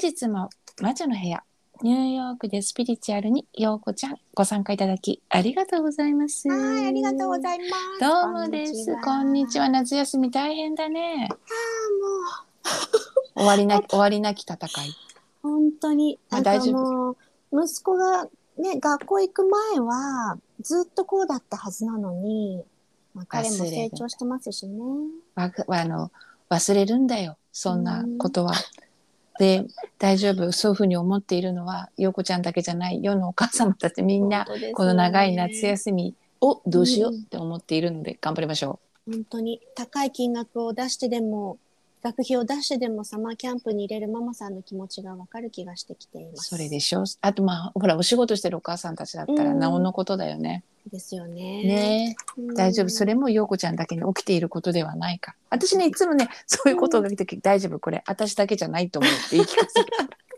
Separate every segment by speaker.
Speaker 1: 日も魔女の部屋ニューヨークでスピリチュアルにようこちゃんご参加いただきありがとうございます
Speaker 2: はい、ありがとうございます。
Speaker 1: どうもですこんにち
Speaker 2: は。
Speaker 1: は夏休み大変だね
Speaker 2: あ
Speaker 1: 終わりなき終わりなき戦い
Speaker 2: あ、もう、本当に、
Speaker 1: あ
Speaker 2: なんか
Speaker 1: 大丈夫
Speaker 2: もう、息子がね、学校行く前は、ずっとこうだったはずなのに、まあ、彼も
Speaker 1: 忘れる
Speaker 2: 成長してますしね。
Speaker 1: わあの忘れるんだよそんなことは。で大丈夫そういうふうに思っているのは陽子ちゃんだけじゃない世のお母様だってみんな
Speaker 2: 本当ですね
Speaker 1: この長い夏休みをどうしようって思っているので頑張りましょ
Speaker 2: 本当に高い金額を出してでも学費を出してでもサマーキャンプに入れるママさんの気持ちがわかる気がしてきていま
Speaker 1: う。
Speaker 2: す。
Speaker 1: それでしょうあとまあほらお仕事してるお母さんたちだったら
Speaker 2: うん
Speaker 1: なおのことだよね。
Speaker 2: ですよね。
Speaker 1: ねえ
Speaker 2: うん
Speaker 1: 大丈夫それも陽子ちゃんだけに起きていることではないか。私ねいつもねそういうことが起きた時大丈夫これ私だけじゃないと思うって言い聞かせる。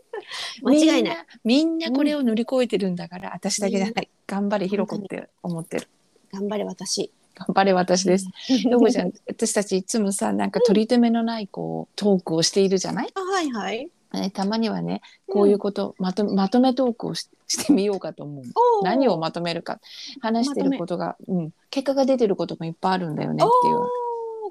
Speaker 2: 間違いない。
Speaker 1: みんな。みんなこれを乗り越えてるんだから、私だけじゃない。頑張れ、ひろこって思ってる。
Speaker 2: 頑張れ私。
Speaker 1: 頑張れ、私 です。
Speaker 2: ど
Speaker 1: よこちゃん、私たちいつもさ、なんか取り留めのないこう、トークをしているじゃない、
Speaker 2: あはいはい。
Speaker 1: ねたまにはね、こういうこと、まとまとめトークをししてみようかと思う。
Speaker 2: おー
Speaker 1: 何をまとめるか。話してることが、うん。結果が出てることもいっぱいあるんだよねっていう。
Speaker 2: おー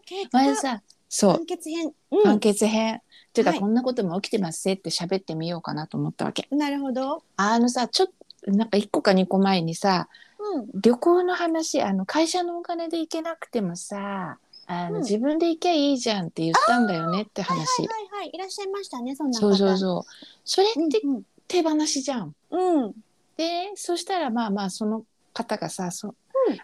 Speaker 2: 結果
Speaker 1: 前さ、そう
Speaker 2: 完、結編。う
Speaker 1: 完結編。っていうか、
Speaker 2: はい
Speaker 1: こんなことも起きてますぜって喋ってみようかなと思ったわけ。
Speaker 2: ん。なるほど。
Speaker 1: あのさ、ちょっと、なんか1個か2個前にさ、
Speaker 2: うん。
Speaker 1: 旅行の話あの会社のお金で行けなくてもさあの、
Speaker 2: うん
Speaker 1: 自分で行けばいいじゃんって言ったんだよねって
Speaker 2: はいは
Speaker 1: 話、
Speaker 2: いはいはい。いらっしゃいましたね。そんな方。
Speaker 1: そうそうそうそれ
Speaker 2: うん
Speaker 1: って手放しじゃん、
Speaker 2: うん。うん。
Speaker 1: でそしたらまあまあその方がさそ、
Speaker 2: うん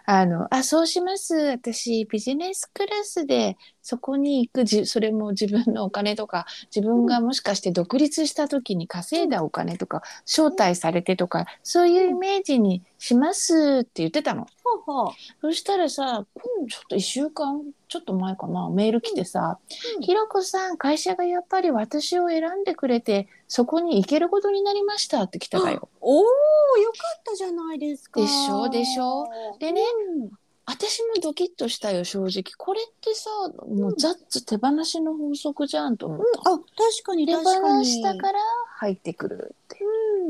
Speaker 1: あのあそうします私ビジネスクラスでそこに行くじそれも自分のお金とか自分がもしかして独立した時に稼いだお金とか招待されてとかそういうイメージにしますって言ってたの。
Speaker 2: ほうほう。
Speaker 1: そしたらさ、ちょっと1週間ちょっと前かなメール来てさ
Speaker 2: う
Speaker 1: 「
Speaker 2: ん
Speaker 1: ひろこさん会社がやっぱり私を選んでくれてそこに行けることになりました」って来たわよ。
Speaker 2: おおよかったじゃないですか。
Speaker 1: でしょでしょ。でね
Speaker 2: うん。
Speaker 1: 私もドキッとしたよ正直これってさもうザッツ手放しの法則じゃんと思っ
Speaker 2: うんあ
Speaker 1: た。
Speaker 2: 確かに
Speaker 1: 手
Speaker 2: 確か
Speaker 1: 放
Speaker 2: に。
Speaker 1: したから入ってくるって。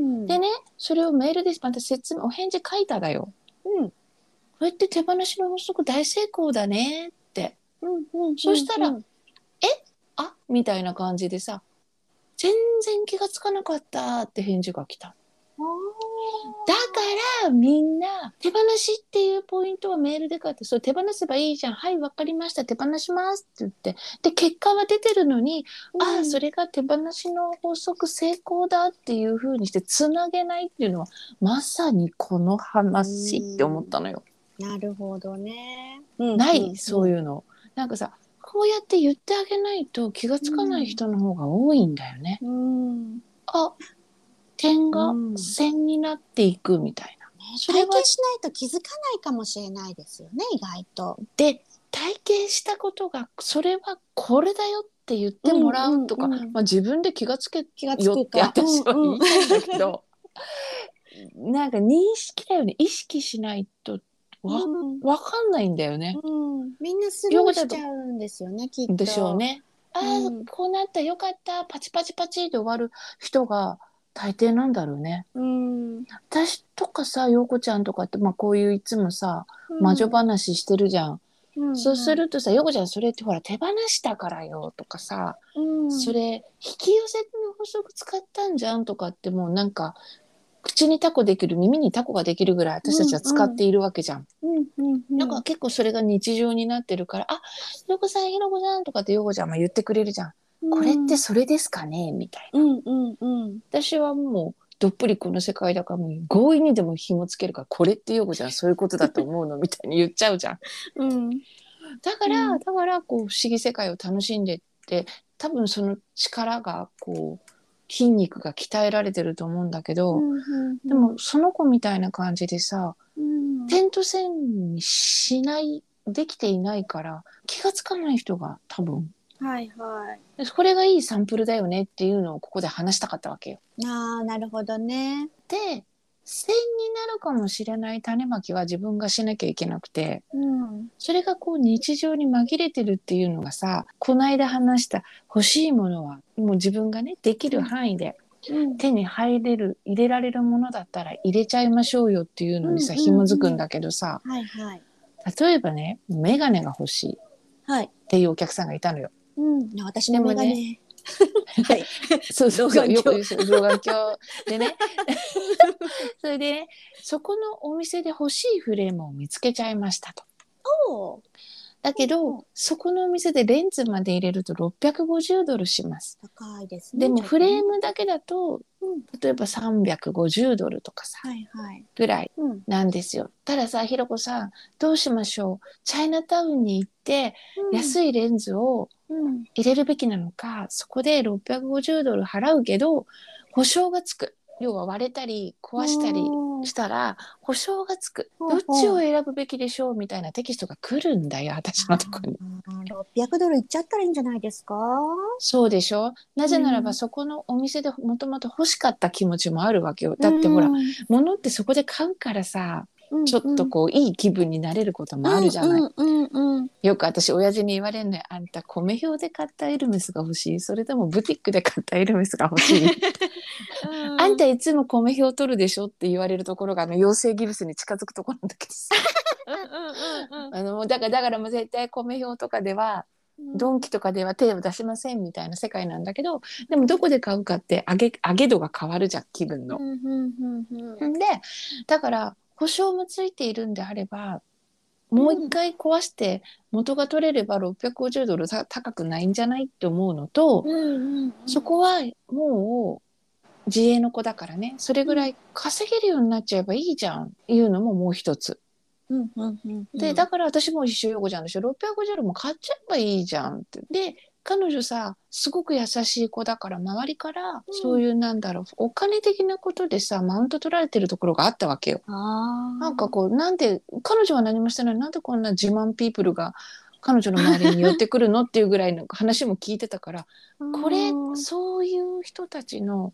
Speaker 2: うん。
Speaker 1: でねそれをメールでまた説明お返事書いただよ。
Speaker 2: うん。
Speaker 1: これって手放しの法則大成功だねって。
Speaker 2: うんうん
Speaker 1: そしたら
Speaker 2: うんうん
Speaker 1: あみたいな感じでさ全然気がつかなかったって返事が来た
Speaker 2: あ
Speaker 1: だからみんな手放しっていうポイントはメールで書いてそれ手放せばいいじゃんはいわかりました手放しますって言ってで結果は出てるのに、あ
Speaker 2: ー
Speaker 1: あそ
Speaker 2: れ
Speaker 1: れが手放しの法則成功だっていうふうにしてつなげないっていうのはまさにこの話って思ったのよ。
Speaker 2: なるほどね。うん
Speaker 1: ない、
Speaker 2: う
Speaker 1: そういうの。なんかさこうやって言ってあげないと気がつかない人の方が多いんだよね。
Speaker 2: ん。うん。
Speaker 1: あ点が
Speaker 2: うん
Speaker 1: 線になっていくみたいな。それは
Speaker 2: 体験しないと気づかないかもしれないですよね意外と。
Speaker 1: で体験したことがそれはこれだよって言ってもらうとか、
Speaker 2: うんうんうん
Speaker 1: まあ、自分で気がつけよ
Speaker 2: 気がつ
Speaker 1: っ
Speaker 2: く
Speaker 1: て
Speaker 2: か。
Speaker 1: 私は
Speaker 2: うん
Speaker 1: 言
Speaker 2: う
Speaker 1: い
Speaker 2: ん
Speaker 1: たいんだけど、 なんか認識だよね意識しないとわ,、
Speaker 2: うん
Speaker 1: わかんないんだよね。
Speaker 2: うん、みんなスルーしちゃうんですよねきっと。
Speaker 1: でしょうね。ああ、
Speaker 2: うん
Speaker 1: こうなったよかったパチパチパチで終わる人が大抵なんだろうね。
Speaker 2: うん。うん。
Speaker 1: 私とかさ陽子ちゃんとかって、まあ、こういういつもさ、魔女話してるじゃん、
Speaker 2: うん、うん
Speaker 1: そうす、るとさ「よこちゃんそれってほら手放したからよ」とかさ、
Speaker 2: うん、
Speaker 1: それ引き寄せの法則使ったんじゃん」とかってもうなんか口にタコできる耳にタコができるぐらい私たちは使っているわけじゃん、
Speaker 2: うんうんうん、
Speaker 1: なんか結構それが日常になってるから「あよこさんひろこさん」とかってよこちゃんも言ってくれるじゃん、
Speaker 2: うん
Speaker 1: これってそれですかねみたいな
Speaker 2: うんうんうん
Speaker 1: 私はもうどっぷりこの世界だからもう強引にでも紐つけるからこれってよこちゃんそういうことだと思うのみたいに言っちゃうじゃん
Speaker 2: うん
Speaker 1: だから、
Speaker 2: うん
Speaker 1: だからこう不思議世界を楽しんでって多分その力がこう筋肉が鍛えられてると思うんだけど、
Speaker 2: うんうん
Speaker 1: でもその子みたいな感じでさ
Speaker 2: うん
Speaker 1: 点と線にしないできていないから気がつかない人が多分
Speaker 2: はいはい
Speaker 1: でこれがいいサンプルだよねっていうのをここで話したかったわけよ。
Speaker 2: あーなるほどね
Speaker 1: で線になるかもしれない種まきは自分がしなきゃいけなくて
Speaker 2: うん。
Speaker 1: それがこう日常に紛れてるっていうのがさこないだ話した欲しいものはもう自分がねできる範囲で
Speaker 2: うん。
Speaker 1: 手に入れる入れられるものだったら入れちゃいましょうよっていうのにさ
Speaker 2: うんうんう
Speaker 1: 紐
Speaker 2: ん
Speaker 1: づくんだけどさ
Speaker 2: はいはい。
Speaker 1: 例えばね眼鏡が欲しいっ
Speaker 2: はい。
Speaker 1: ていうお客さんがいたのよ。
Speaker 2: うん。私も
Speaker 1: でも
Speaker 2: メ
Speaker 1: ね
Speaker 2: ガネ。はい。
Speaker 1: そうそうそう
Speaker 2: 老
Speaker 1: よく
Speaker 2: 眼鏡
Speaker 1: 言う老眼鏡でねそれでねそこのお店で欲しいフレームを見つけちゃいましたと。
Speaker 2: おー
Speaker 1: だけ
Speaker 2: うんうん
Speaker 1: どそこのお店でレンズまで入れると650ドルします。
Speaker 2: 高いですね。
Speaker 1: でも
Speaker 2: ちょっとね
Speaker 1: フレー。ムだけだと
Speaker 2: うん。
Speaker 1: 例えば350ドルとかさ
Speaker 2: はいはい。
Speaker 1: ぐらい
Speaker 2: うん。
Speaker 1: なんですよ。たださ、ひろこさん、どうしましょう。チャイナタウンに行って、
Speaker 2: い。
Speaker 1: 安いレンズを
Speaker 2: うん。
Speaker 1: 入れるべきなのか、そこで650ドル払うけど、保証がつく。要は割れたり、壊したり
Speaker 2: おー
Speaker 1: したら、保証がつく。
Speaker 2: ほう
Speaker 1: ど
Speaker 2: ほ
Speaker 1: っ
Speaker 2: う
Speaker 1: ちを選ぶべきでしょうみたいなテキストが来るんだよ、私のとこに。
Speaker 2: 六百ドルいっちゃったらいいんじゃないですか。
Speaker 1: そうでしょなぜなら
Speaker 2: う
Speaker 1: ば、
Speaker 2: ん
Speaker 1: そこのお店でもともと欲しかった気持ちもあるわけよ。だってほら、物ってそこで買うからさ、
Speaker 2: うん、
Speaker 1: ちょっとこう、いい気分になれることもあるじゃない。
Speaker 2: うんうんうんうん。
Speaker 1: よく私親父に言われるのよあんた米表で買ったエルメスが欲しいそれともブティックで買ったエルメスが欲しいあんたいつも米表取るでしょって言われるところがあの妖精ギブスに近づくところなんだけど さあのもうだからだからもう絶対米表とかではドンキとかでは手を出しませんみたいな世界なんだけどでもどこで買うかって上げ上げ度が変わるじゃん気分の
Speaker 2: う。んうんうんうん
Speaker 1: でだから保証もついているんであればもう一回壊して元が取れれば650ドルさ高くないんじゃないって思うのと、
Speaker 2: うんうん。
Speaker 1: そこはもう自営の子だからねそれぐらい稼げるようになっちゃえばいいじゃんっていうのももう一つ。
Speaker 2: うんうんうん。
Speaker 1: でだから私も一緒よこちゃんでしょ650ドルも買っちゃえばいいじゃんって。で彼女さすごく優しい子だから周りからそういうなんだろう、お金的なことでさマウント取られてるところがあったわけよ。
Speaker 2: ああ。
Speaker 1: なんかこうなんで彼女は何もしてないなんでこんな自慢ピープルが彼女の周りに寄ってくるのっていうぐらいの話も聞いてたからこれそういう人たちの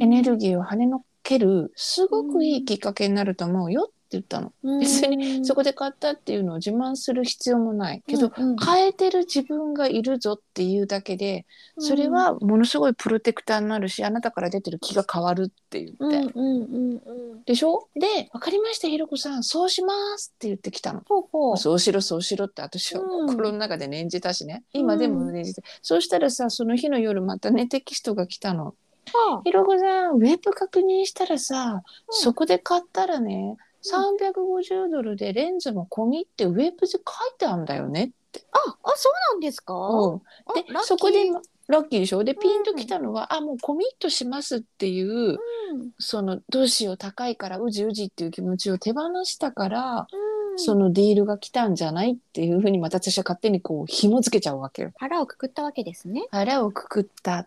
Speaker 1: エネルギーを跳ねのけるすごくいいきっかけになると思うよって言ったの。
Speaker 2: ー
Speaker 1: 別にそこで買ったっていうのを自慢する必要もないけど、
Speaker 2: うんうん
Speaker 1: 変えてる自分がいるぞっていうだけでそれはものすごいプロテクターになるしあなたから出てる気が変わるって言って。
Speaker 2: うんうんうんうん。
Speaker 1: でしょで「分かりましたひろこさんそうします」って言ってきたの。
Speaker 2: ほうほう。
Speaker 1: そうしろそうしろって私は
Speaker 2: うん
Speaker 1: 心の中で念じたしね、
Speaker 2: うん
Speaker 1: 今でも念じて、そうしたらさその日の夜またねテキストが来たの「ひろこさんウェブ確認したらさ、そこで買ったらね350ドルでレンズも込みってウェブで書いてあるんだよね」
Speaker 2: ああそうなんですか。
Speaker 1: うん、で
Speaker 2: あラッキー
Speaker 1: そこでラッキーでしょで
Speaker 2: ん
Speaker 1: ピンときたのは、あもうコミットしますっていう、
Speaker 2: うん
Speaker 1: そのどうしよう高いからうじうじっていう気持ちを手放したから、
Speaker 2: うん
Speaker 1: そのディールが来たんじゃないっていうふうにまた私は勝手にこう紐付けちゃうわけよ。
Speaker 2: 腹をくくったわけですね。
Speaker 1: 腹をくくった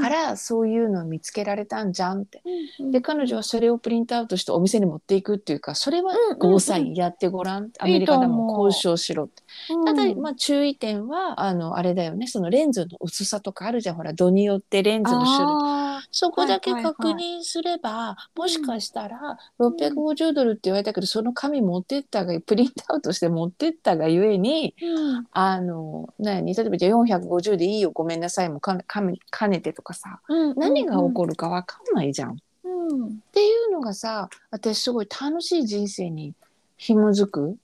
Speaker 1: からそういうのを見つけられたんじゃんって。
Speaker 2: うんうん
Speaker 1: で彼女はそれをプリントアウトしてお店に持っていくっていうかそれは
Speaker 2: うんうんうん
Speaker 1: ゴーサインやってごらん、アメリカでも交渉しろって。
Speaker 2: うん
Speaker 1: ただ、まあ、注意点はあのあれだよねそのレンズの薄さとかあるじゃんほら度によってレンズの種類
Speaker 2: あ
Speaker 1: そこだけ
Speaker 2: はいはいはい
Speaker 1: 確認すれば、もしかしたら650ドルって言われたけど、その紙持ってったがプリントアウトして持ってったがゆえに
Speaker 2: ーうん
Speaker 1: あの何例えばじゃあ450でいいよごめんなさいもかかかねてとかさ
Speaker 2: うん
Speaker 1: 何が起こるか分かんないじゃん、っ
Speaker 2: うん
Speaker 1: ていうのがさ私すごい楽しい人生に紐づく。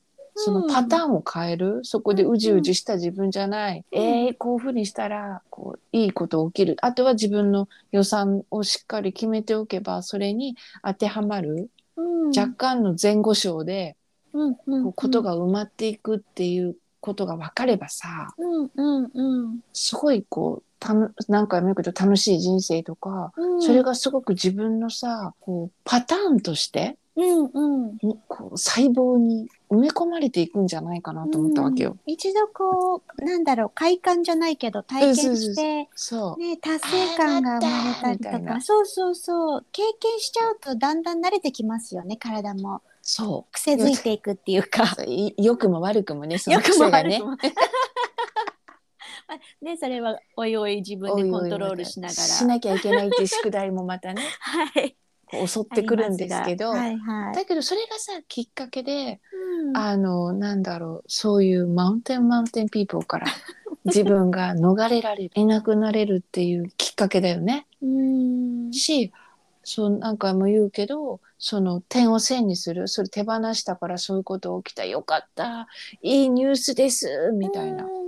Speaker 1: そのパターンを変える、そこでうじうじした自分じゃない、
Speaker 2: うん
Speaker 1: えーこういうふうにしたらこういいこと起きるあとは自分の予算をしっかり決めておけばそれに当てはまる、
Speaker 2: うん
Speaker 1: 若干の前後症で
Speaker 2: うんうん
Speaker 1: こうことが埋まっていくっていうことが分かればさ
Speaker 2: うんうんうん
Speaker 1: すごいこうたの何回も言うけど楽しい人生とか、
Speaker 2: うん
Speaker 1: それがすごく自分のさこうパターンとして
Speaker 2: うんうん
Speaker 1: こう細胞に埋め込まれていくんじゃないかなと思ったわけよ。
Speaker 2: 一度こうなんだろう快感じゃないけど体験して
Speaker 1: そう
Speaker 2: ね達成感が生まれた
Speaker 1: あーなったみた
Speaker 2: り
Speaker 1: い
Speaker 2: とか
Speaker 1: な
Speaker 2: そうそうそう経験しちゃうとだんだん慣れてきますよね体も
Speaker 1: そ
Speaker 2: 癖づいていくっていうか
Speaker 1: う。い良くも悪くもね、その
Speaker 2: よくも
Speaker 1: 癖が
Speaker 2: 悪
Speaker 1: ね
Speaker 2: く。も まあねそれはおいおい自分でコントロールしながら
Speaker 1: しなきゃいけないっていう宿題もまたね。
Speaker 2: はい
Speaker 1: こう襲ってくるんですけど、
Speaker 2: はいはい。
Speaker 1: だけどそれがさきっかけで、
Speaker 2: うん
Speaker 1: あのなんだろうそういうマウンテンマウンテンピーポー から自分が逃れられるいなくなれるっていうきっかけだよね。
Speaker 2: うん
Speaker 1: しそう何回も言うけどその点を線にするそれ手放したからそういうこと起きたよかったいいニュースですみたいな。
Speaker 2: うん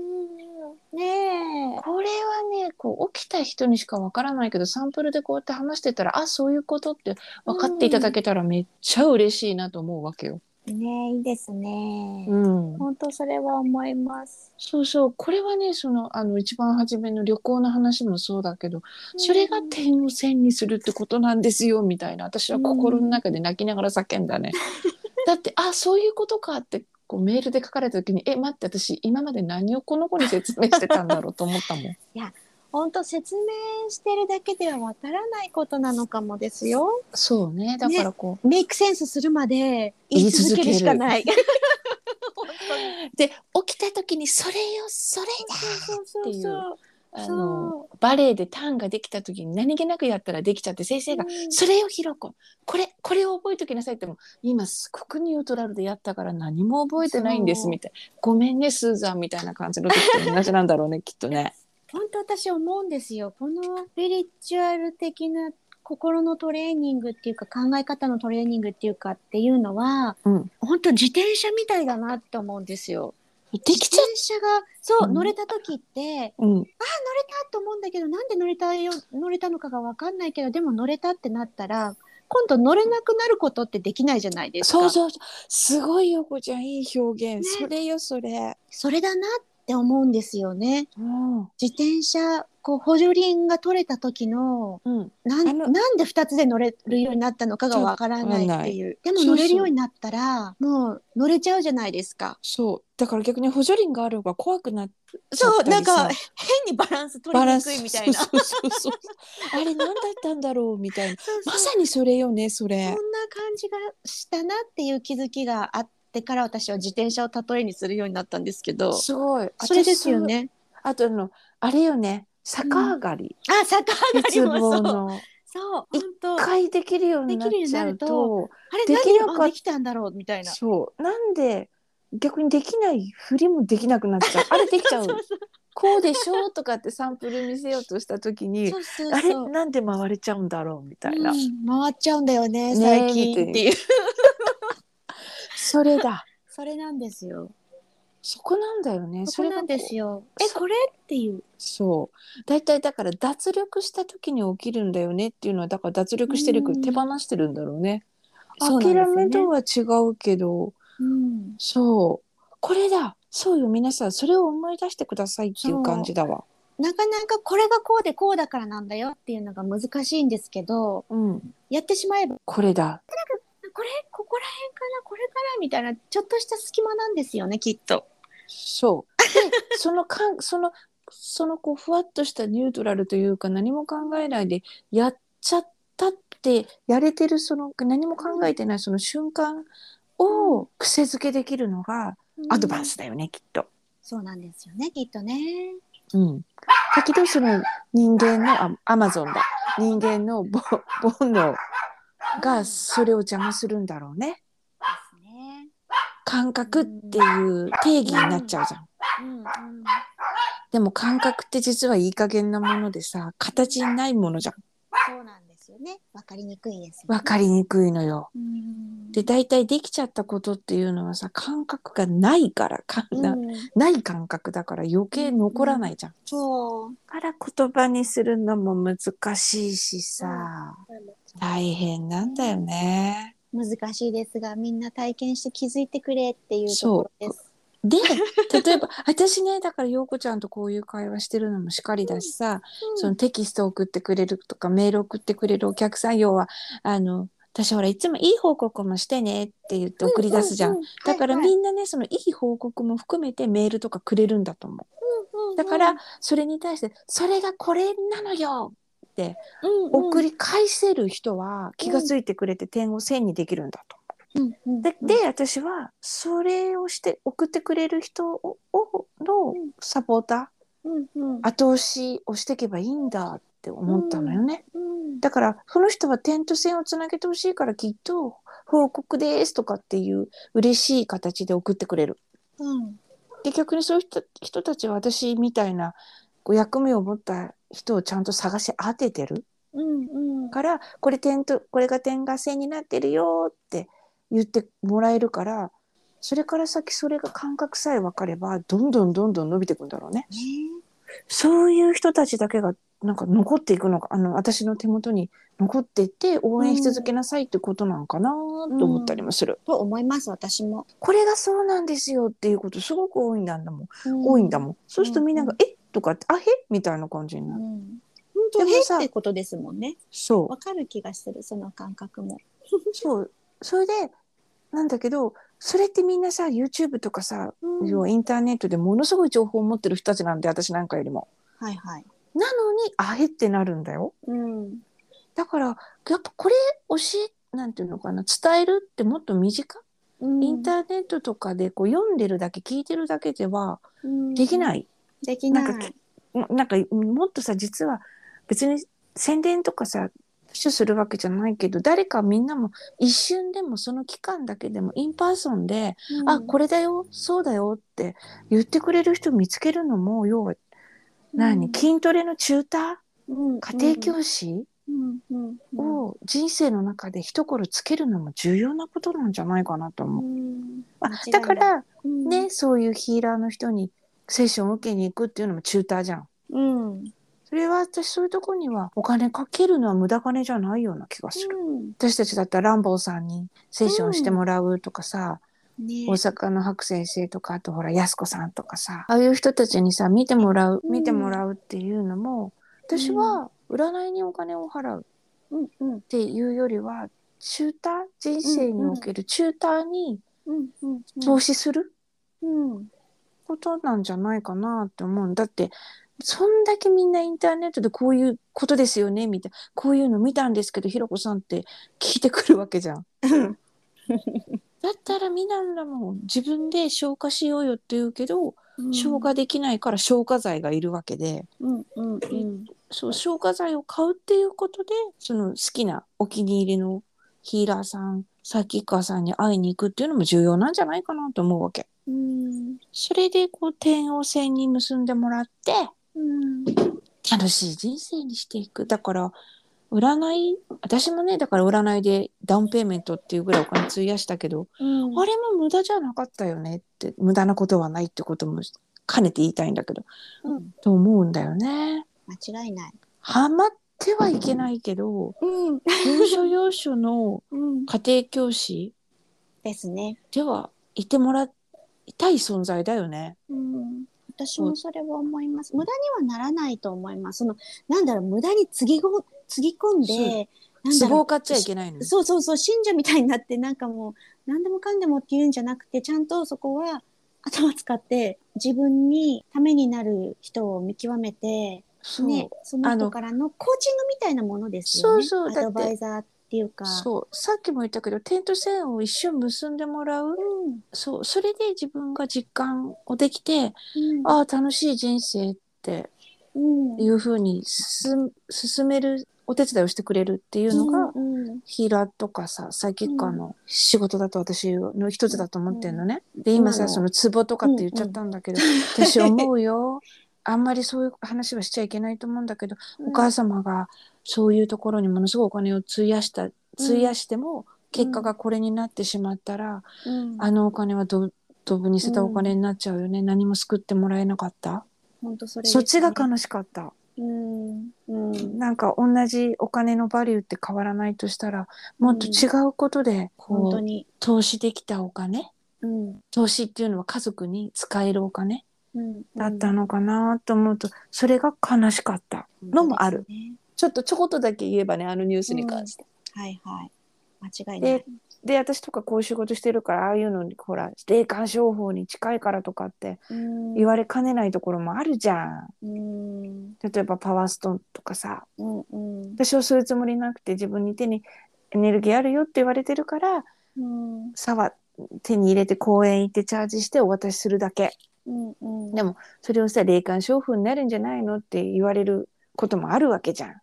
Speaker 2: ねえ。
Speaker 1: これはねこう起きた人にしかわからないけどサンプルでこうやって話してたらあそういうことって分かっていただけたらめっちゃ嬉しいなと思うわけよ。
Speaker 2: ねいいですね。
Speaker 1: うん、
Speaker 2: 本当それは思います。
Speaker 1: そうそうこれはねそのあの一番初めの旅行の話もそうだけどそれが点を線にするってことなんですよみたいな私は心の中で泣きながら叫んだ ね。だってあそういうことかってこうメールで書かれた時にえ待って私今まで何をこの子に説明してたんだろうと思ったもん。
Speaker 2: 本当説明してるだけではわからないことなのかもですよ。
Speaker 1: そうねだからこう、
Speaker 2: メイクセンスするまで
Speaker 1: 言
Speaker 2: 言
Speaker 1: い
Speaker 2: い
Speaker 1: 続
Speaker 2: 続
Speaker 1: け
Speaker 2: け
Speaker 1: る
Speaker 2: るしかない。
Speaker 1: で起きた時にそれよそれ
Speaker 2: そうそ
Speaker 1: っ
Speaker 2: う
Speaker 1: ていう
Speaker 2: そう
Speaker 1: だあの
Speaker 2: そう。
Speaker 1: バレエでターンができた時に何気なくやったらできちゃって先生が「それよひろここれこれを覚えときなさい」っても今すごくニュートラルでやったから何も覚えてないんです
Speaker 2: そう
Speaker 1: みたいな「ごめんねスーザン」みたいな感じの時と同じなんだろうね きっとね。
Speaker 2: 本当私思うんですよ。このスピリチュアル的な心のトレーニングっていうか考え方のトレーニングっていうかっていうのは、
Speaker 1: うん
Speaker 2: 本当自転車みたいだなって思うんですよ。
Speaker 1: できち
Speaker 2: 自
Speaker 1: ゃ
Speaker 2: 転車がそう、
Speaker 1: うん
Speaker 2: 乗れた時って
Speaker 1: う、うん、
Speaker 2: 乗れたと思うんだけどなんで乗れたよ乗れたのかが分かんないけどでも乗れたってなったら今度乗れなくなることってできないじゃないですか。
Speaker 1: そうそうすごいよこちゃんいい表現、それよそれ。
Speaker 2: それだなって思うんですよね。
Speaker 1: うん
Speaker 2: 自転車こう補助輪が取れた時の
Speaker 1: うん、
Speaker 2: な
Speaker 1: あの
Speaker 2: んなんで2つで乗れるようになったのかがわからないっていうでも
Speaker 1: そうそう
Speaker 2: 乗れるようになったらもう乗れちゃうじゃないですか
Speaker 1: そうだから逆に補助輪がある方が怖くなっ
Speaker 2: そう
Speaker 1: だ
Speaker 2: な
Speaker 1: っ
Speaker 2: ん
Speaker 1: た
Speaker 2: か
Speaker 1: りさ
Speaker 2: 変にバランス取
Speaker 1: バ
Speaker 2: り
Speaker 1: ラ
Speaker 2: に
Speaker 1: ンス
Speaker 2: くいみたいな
Speaker 1: そうそう そうそうあれ何だったんだろうみたいな
Speaker 2: そうそう
Speaker 1: まさにそれよねそ
Speaker 2: そん
Speaker 1: れ
Speaker 2: な。感じがしたなっていう気づきがあってから私は自転車を例えにするようになったんですけど
Speaker 1: すごい
Speaker 2: それですよね
Speaker 1: 私そうあとあのあれよね逆上がり、
Speaker 2: あ逆上がり
Speaker 1: 鉄
Speaker 2: もそ
Speaker 1: 棒
Speaker 2: う
Speaker 1: の
Speaker 2: そう本当
Speaker 1: 一
Speaker 2: あ
Speaker 1: 回できるようになっちゃう
Speaker 2: できるよ
Speaker 1: とで
Speaker 2: れ
Speaker 1: きなかっ
Speaker 2: 何ができたんだろうみたいな
Speaker 1: そうなんで逆にできない振りもできなくなっち ゃうあれできちゃう
Speaker 2: そうそう
Speaker 1: こうでしょうとかってサンプル見せようとした時に
Speaker 2: そうそう
Speaker 1: あれ
Speaker 2: そう
Speaker 1: なんで回れちゃうんだろうみたいな、
Speaker 2: うん回っちゃうんだよ
Speaker 1: ね
Speaker 2: ね最近
Speaker 1: み
Speaker 2: ったて
Speaker 1: い
Speaker 2: いう
Speaker 1: それだ
Speaker 2: それなんですよ
Speaker 1: そこなんだよね
Speaker 2: そこなんです
Speaker 1: よ
Speaker 2: よ
Speaker 1: え
Speaker 2: えこれっていう
Speaker 1: そう大体だから脱力した時に起きるんだよねっていうのはだから脱力してるけ
Speaker 2: う
Speaker 1: ど
Speaker 2: ん
Speaker 1: 手放してるんだろうね。
Speaker 2: そうなんですよ
Speaker 1: 諦
Speaker 2: ね
Speaker 1: めとは違うけど、
Speaker 2: うん
Speaker 1: そう。これだ。そうよ、皆さん、それを思い出してくださいっていう感じだわ。
Speaker 2: なかなかこれがこうでこうだからなんだよっていうのが難しいんですけど
Speaker 1: うん。
Speaker 2: やってしまえば
Speaker 1: これだ。
Speaker 2: これここら辺かなこれからみたいなちょっとした隙間なんですよねきっと。
Speaker 1: そう。で、 そのかん、その、そのこう、ふわっとしたニュートラルというか、何も考えないで、やっちゃったって、やれてる、その、何も考えてないその瞬間を癖づけできるのが、アドバン
Speaker 2: うん。
Speaker 1: スだよね、きっと。
Speaker 2: そうなんですよねきっとね。
Speaker 1: うん。だけど、その、人間の、あアマゾンだ。人間のぼ煩悩が、それを邪魔するんだろうね。
Speaker 2: ですね。
Speaker 1: 感覚っていう定義になっちゃうじゃん。
Speaker 2: うんうん。
Speaker 1: でも感覚って実はいい加減なものでさ、形にないものじゃん。
Speaker 2: そうなんですよね。わかりにくいですよ、ね。
Speaker 1: わかりにくいのよ。
Speaker 2: うん。
Speaker 1: で、大体できちゃったことっていうのはさ、感覚がないから、かな
Speaker 2: うん、
Speaker 1: ない感覚だから余計残らないじゃん。
Speaker 2: そう。
Speaker 1: だから言葉にするのも難しいしさ、大変なんだよね。
Speaker 2: 難しいですがみんな体験して気づいてくれっていうところです。
Speaker 1: で、例えば、私ね、だから陽子ちゃんとこういう会話してるのもしかりだしさ、そのテキスト送ってくれるとかメール送ってくれるお客さん要はあの私ほらいつもいい報告もしてねって言って送り出すじゃん。
Speaker 2: ううう
Speaker 1: だから
Speaker 2: はいは
Speaker 1: み
Speaker 2: い
Speaker 1: んなねそのいい報告も含めてメールとかくれるんだと思う。だからそれに対して「それがこれなのよ!」って送
Speaker 2: り、
Speaker 1: り返せる人は気がついてくれて点を線にできるんだと。
Speaker 2: うんうん
Speaker 1: でで私はそれをして送ってくれる人ををの
Speaker 2: うん
Speaker 1: サポーター
Speaker 2: うんうん
Speaker 1: 後押しをしていけばいいんだって思ったのよね。
Speaker 2: うん
Speaker 1: だからその人は点と線をつなげてほしいからきっと報告ですとかっていう嬉しい形で送ってくれる。
Speaker 2: うん
Speaker 1: で逆にそういう人人たちは私みたいなこう役目を持った人をちゃんと探し当ててる
Speaker 2: うんうん
Speaker 1: からこれ点とこれが点が線になってるよって言ってもらえるからそれから先それが感覚さえ分かればどんどんどんどん伸びていくんだろうね。そういう人たちだけがなんか残っていくのかあの私の手元に残っていって応援し続けなさいってことなんかなと思ったりもする、
Speaker 2: と思います私も、
Speaker 1: これがそうなんですよっていうことすごく多いんだもん、多いんだもんそうするとみんなが「えとかって「あへみたいな感じに
Speaker 2: う
Speaker 1: なる、
Speaker 2: ん本当
Speaker 1: でも
Speaker 2: へ
Speaker 1: さ
Speaker 2: ってことですもんね
Speaker 1: そう
Speaker 2: わかる気がするその感覚も
Speaker 1: そうそれでなんだけどそれってみんなさ YouTube とかさ、
Speaker 2: うん
Speaker 1: 要はインターネットでものすごい情報を持ってる人たちなんで私なんかよりも
Speaker 2: はいはい
Speaker 1: なのにあへってなるんだよ
Speaker 2: うん、
Speaker 1: だからやっぱこれ教えなんていうのかな伝えるってもっと身近インターネットとかでこう読んでるだけ聞いてるだけではできないい、
Speaker 2: できない
Speaker 1: なんかもなんかもっとさ実は別に宣伝とかさ主するわけじゃないけど誰かみんなも一瞬でもその期間だけでもインパーソンで、あこれだよそうだよって言ってくれる人見つけるのも要は何、筋トレのチューター家庭
Speaker 2: 師
Speaker 1: 教師、
Speaker 2: うんうんうん
Speaker 1: を人生の中で一頃つけるのも重要なことなんじゃないかなと
Speaker 2: う
Speaker 1: 思う。
Speaker 2: ん
Speaker 1: あ
Speaker 2: 間違いない
Speaker 1: だから
Speaker 2: うん
Speaker 1: ね、そういうヒーラーの人にセッションを受けに行くっていうのもチューターじゃん。
Speaker 2: うん、うん
Speaker 1: それは私そういうとこにはお金かけるのは無駄金じゃないような気がする。私たちだったらランボーさんにセッションしてもらうとかさ、
Speaker 2: ね
Speaker 1: 大阪の白先生とかあとほら安子さんとかさああいう人たちにさ見てもらう
Speaker 2: うん
Speaker 1: 見てもらうっていうのも私は占いにお金を払う
Speaker 2: うんうん
Speaker 1: っていうよりはチューター人生におけるチューターに
Speaker 2: うんうん
Speaker 1: 投資する
Speaker 2: うん
Speaker 1: ことなんじゃないかなって思うんだってそんだけみんなインターネットでこういうことですよねみたいなこういうの見たんですけどひろこさんって聞いてくるわけじゃん。
Speaker 2: うん
Speaker 1: だったらみんなんだもん自分で消化しようよって言うけど
Speaker 2: うん
Speaker 1: 消化できないから消化剤がいるわけで
Speaker 2: うんうんうん
Speaker 1: そう消化剤を買うっていうことでその好きなお気に入りのヒーラーさんサーキッカーさんに会いに行くっていうのも重要なんじゃないかなと思うわけ。
Speaker 2: うん
Speaker 1: それでこう点を線に結んでもらって
Speaker 2: うん
Speaker 1: 楽しい人生にしていく。だから占い私もねだから占いでダウンペイメントっていうぐらいお金費やしたけど、
Speaker 2: うん
Speaker 1: あれも無駄じゃなかったよねって無駄なことはないってことも兼ねて言いたいんだけど、
Speaker 2: うん
Speaker 1: と思うんだよね。
Speaker 2: 間違いない
Speaker 1: ハマってはいけないけど、
Speaker 2: うん
Speaker 1: 要所要所の
Speaker 2: うん
Speaker 1: 家庭教師
Speaker 2: ですね
Speaker 1: ではいてもらいたい存在だよね。
Speaker 2: うん私もそれは思います無駄にはならないと思いますそのなんだろう無駄につぎごつぎ込んでなんだ
Speaker 1: 壺
Speaker 2: ろ
Speaker 1: を買っちゃいけないの
Speaker 2: う
Speaker 1: よ。
Speaker 2: そうそうそう信者みたいになってなんかもう何でもかんでもっていうんじゃなくてちゃんとそこは頭使って自分にためになる人を見極めて
Speaker 1: そう,、
Speaker 2: ねその
Speaker 1: あの
Speaker 2: 人からのコーチングみたいなものですよね
Speaker 1: そうそうだって
Speaker 2: アドバイザーっていうか
Speaker 1: そうさっきも言ったけど点と線を一瞬結んでもらう
Speaker 2: うん
Speaker 1: そうそれで自分が実感をできて
Speaker 2: うん
Speaker 1: ああ楽しい人生って
Speaker 2: うん
Speaker 1: いうふうに進進めるお手伝いをしてくれるっていうのが、
Speaker 2: うんうん
Speaker 1: ヒーラーとかさサイキッカーの仕事だと私の一つだと思ってんのね。で今
Speaker 2: う
Speaker 1: さ
Speaker 2: ん
Speaker 1: そのツボとかって言っちゃったんだけど、私思うよあんまりそういう話はしちゃいけないと思うんだけど、お母様がそういうところにものすごいお金を費やした費やしても結果がこれになってしまったら、
Speaker 2: うん
Speaker 1: あのお金はドドブに捨てたお金になっちゃうよね、何も救ってもらえなかった
Speaker 2: 本当それです
Speaker 1: そ
Speaker 2: ね
Speaker 1: っちが悲しかった。
Speaker 2: うんうん
Speaker 1: なんか同じお金のバリューって変わらないとしたらもっと違うことで
Speaker 2: 本当
Speaker 1: こう
Speaker 2: に
Speaker 1: 投資できたお金
Speaker 2: うん
Speaker 1: 投資っていうのは家族に使えるお金
Speaker 2: うん
Speaker 1: だったのかなと思うとそれが悲しかったのもある、
Speaker 2: うん本
Speaker 1: ちょっとちょこっとだけ言えばねあのニュー
Speaker 2: スに関
Speaker 1: して、
Speaker 2: 当ですねはいはい間違いない
Speaker 1: でで私とかこういう仕事してるからああいうのにほら霊感商法に近いからとかって
Speaker 2: うん
Speaker 1: 言われかねないところもあるじゃん
Speaker 2: うん
Speaker 1: 例えばパワーストーンとかさ
Speaker 2: うんうん
Speaker 1: 私はそういうつもりなくて自分に手にエネルギーあるよって言われてるから
Speaker 2: うん
Speaker 1: さは手に入れて公園行ってチャージしてお渡しするだけ
Speaker 2: うんうん
Speaker 1: でもそれをさ霊感商法になるんじゃないのって言われることもあるわけじゃん。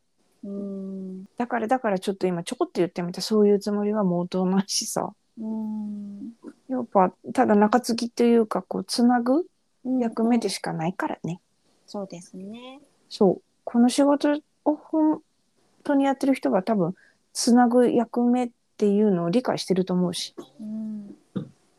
Speaker 2: うん。
Speaker 1: だからだからちょっと今ちょこっと言ってみたそういうつもりは毛頭ないしさ
Speaker 2: うん。
Speaker 1: やっぱただ中継ぎというかこうつなぐ
Speaker 2: うん
Speaker 1: 役目でしかないからね
Speaker 2: そうですね。
Speaker 1: そうこの仕事を本当にやってる人は多分つなぐ役目っていうのを理解してると思うし
Speaker 2: うん。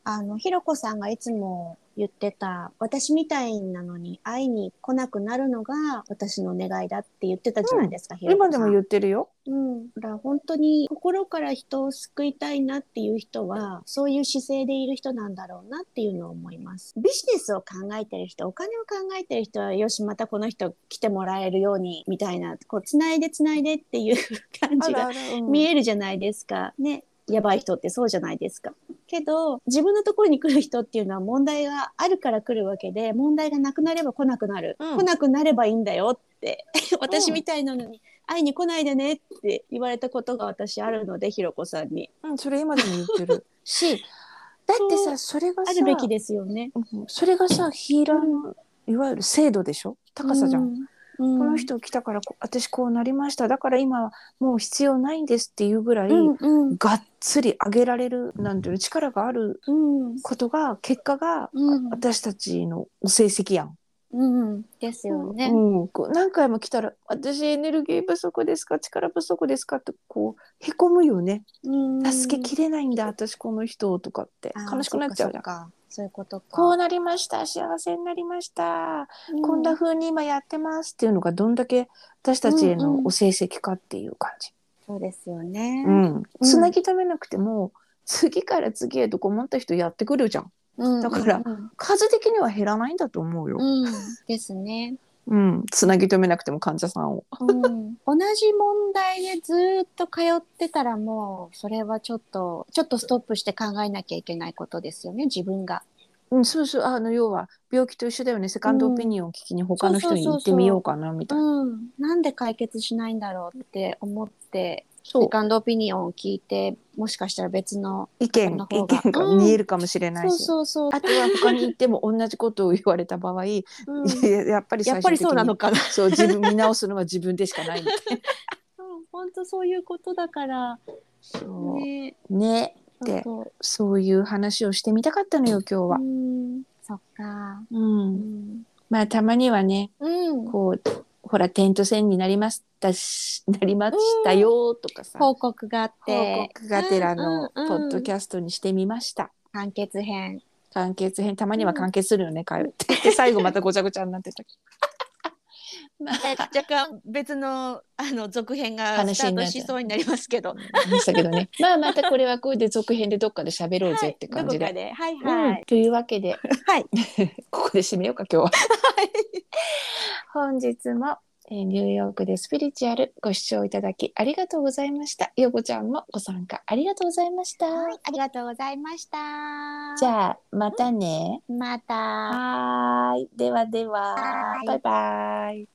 Speaker 2: あの、ひろこさんがいつも言ってた、私みたいなのに会いに来なくなるのが私の願いだって言ってたじゃないですか、ひろこ
Speaker 1: 今
Speaker 2: さん。
Speaker 1: でも言ってるよ
Speaker 2: うん、だから本当に心から人を救いたいなっていう人はそういう姿勢でいる人なんだろうなっていうのを思いますビジネスを考えてる人お金を考えてる人はよしまたこの人来てもらえるようにみたいなこうつないでつないでっていう 感じが
Speaker 1: あら、うん
Speaker 2: 見えるじゃないですかねやばい人ってそうじゃないですかけど自分のところに来る人っていうのは問題があるから来るわけで問題がなくなれば来なくなる、
Speaker 1: うん
Speaker 2: 来なくなればいいんだよって私みたいなのに会いに来ないでねって言われたことが私あるのでひろこさんに
Speaker 1: うん、それ今でも言ってるしだってさそれがさ
Speaker 2: あるべきですよね
Speaker 1: うんそれがさヒーラーのいわゆる精度でしょ高さじゃん、
Speaker 2: うん、
Speaker 1: この人来たからこ私こうなりましただから今はもう必要ないんですっていうぐらい、
Speaker 2: うんうん
Speaker 1: がっつり上げられるなんていうの力がある
Speaker 2: うん
Speaker 1: ことが結果が、
Speaker 2: うん
Speaker 1: 私たちのお成績やん。
Speaker 2: うんですよね、
Speaker 1: うん、こう何回も来たら「私エネルギー不足ですか力不足ですか?」ってこうへこむよね「助けきれないんだ私この人」とかって
Speaker 2: あー
Speaker 1: 悲しくなっちゃうじゃん。
Speaker 2: そかそういうことか
Speaker 1: こうなりました幸せになりましたこんな風に今やってますっていうのがどんだけ私たちへ
Speaker 2: うんう
Speaker 1: の
Speaker 2: ん
Speaker 1: お成績かっていう感じ。
Speaker 2: そうですよね、
Speaker 1: うん。つなぎ止めなくても次から次へと困った人やってくるじゃん。
Speaker 2: うん
Speaker 1: だから
Speaker 2: うん
Speaker 1: 数的には減らないんだと思うよ。
Speaker 2: うん、ですね、
Speaker 1: うん。つなぎ止めなくても患者さんを。
Speaker 2: うん、同じ問題でずーっと通ってたらもうそれはちょっとちょっとストップして考えなきゃいけないことですよね自分が。
Speaker 1: うん、そうそう。あの要は病気と一緒だよね。セカンドオピニオンを聞きに他の人に行ってみようかなみたいな。
Speaker 2: うん、なんで解決しないんだろうって思って
Speaker 1: そ
Speaker 2: セ
Speaker 1: う。
Speaker 2: カンドオピニオンを聞いてもしかしたら別の
Speaker 1: 意見
Speaker 2: の方
Speaker 1: 意
Speaker 2: が
Speaker 1: 見が見えるかもしれない
Speaker 2: そう
Speaker 1: し。
Speaker 2: そうそう、
Speaker 1: あとは他に行っても同じことを言われた場合、い
Speaker 2: うん
Speaker 1: ややっぱり
Speaker 2: やっ
Speaker 1: 最終
Speaker 2: ぱり
Speaker 1: 的に
Speaker 2: そうなのかな。
Speaker 1: そう自分見直すのは自分でしかないみたいな。
Speaker 2: うん本当 そういうことだから
Speaker 1: そ
Speaker 2: ね
Speaker 1: うね
Speaker 2: ちょっ
Speaker 1: で
Speaker 2: と
Speaker 1: そういう話をしてみたかったのよ今日は
Speaker 2: う。んそっか、
Speaker 1: う、
Speaker 2: うんん
Speaker 1: まあたまにはね
Speaker 2: うん、
Speaker 1: こうほら点と線になりましたしなりましたよとかさ、
Speaker 2: 報告があって
Speaker 1: 報告がてらのポ
Speaker 2: うんうんうん
Speaker 1: ッドキャストにしてみました。
Speaker 2: 完結編。
Speaker 1: 完結編たまには完結するよね、かよってで最後またごちゃごちゃになってたまあ
Speaker 2: 若干別のあの続編が
Speaker 1: 話
Speaker 2: スタ
Speaker 1: に
Speaker 2: ー
Speaker 1: な
Speaker 2: ト
Speaker 1: っちゃう
Speaker 2: しそうになりますけど。
Speaker 1: でしたけどね まあまたこれはこれで続編でどっかで喋ろうぜって
Speaker 2: ど
Speaker 1: 感
Speaker 2: こ
Speaker 1: じで。
Speaker 2: かで。はい
Speaker 1: うん
Speaker 2: はい。
Speaker 1: というわけで、
Speaker 2: はい、
Speaker 1: ここで締めようか今日は。 本日も、えーニューヨークでスピリチュアルご視聴いただきありがとうございました。よこちゃんもご参加ありがとうございました。
Speaker 2: はい、ありがとうございました。
Speaker 1: じゃあまたね。
Speaker 2: また。
Speaker 1: はーい。ではでは。
Speaker 2: はい
Speaker 1: バイバイ。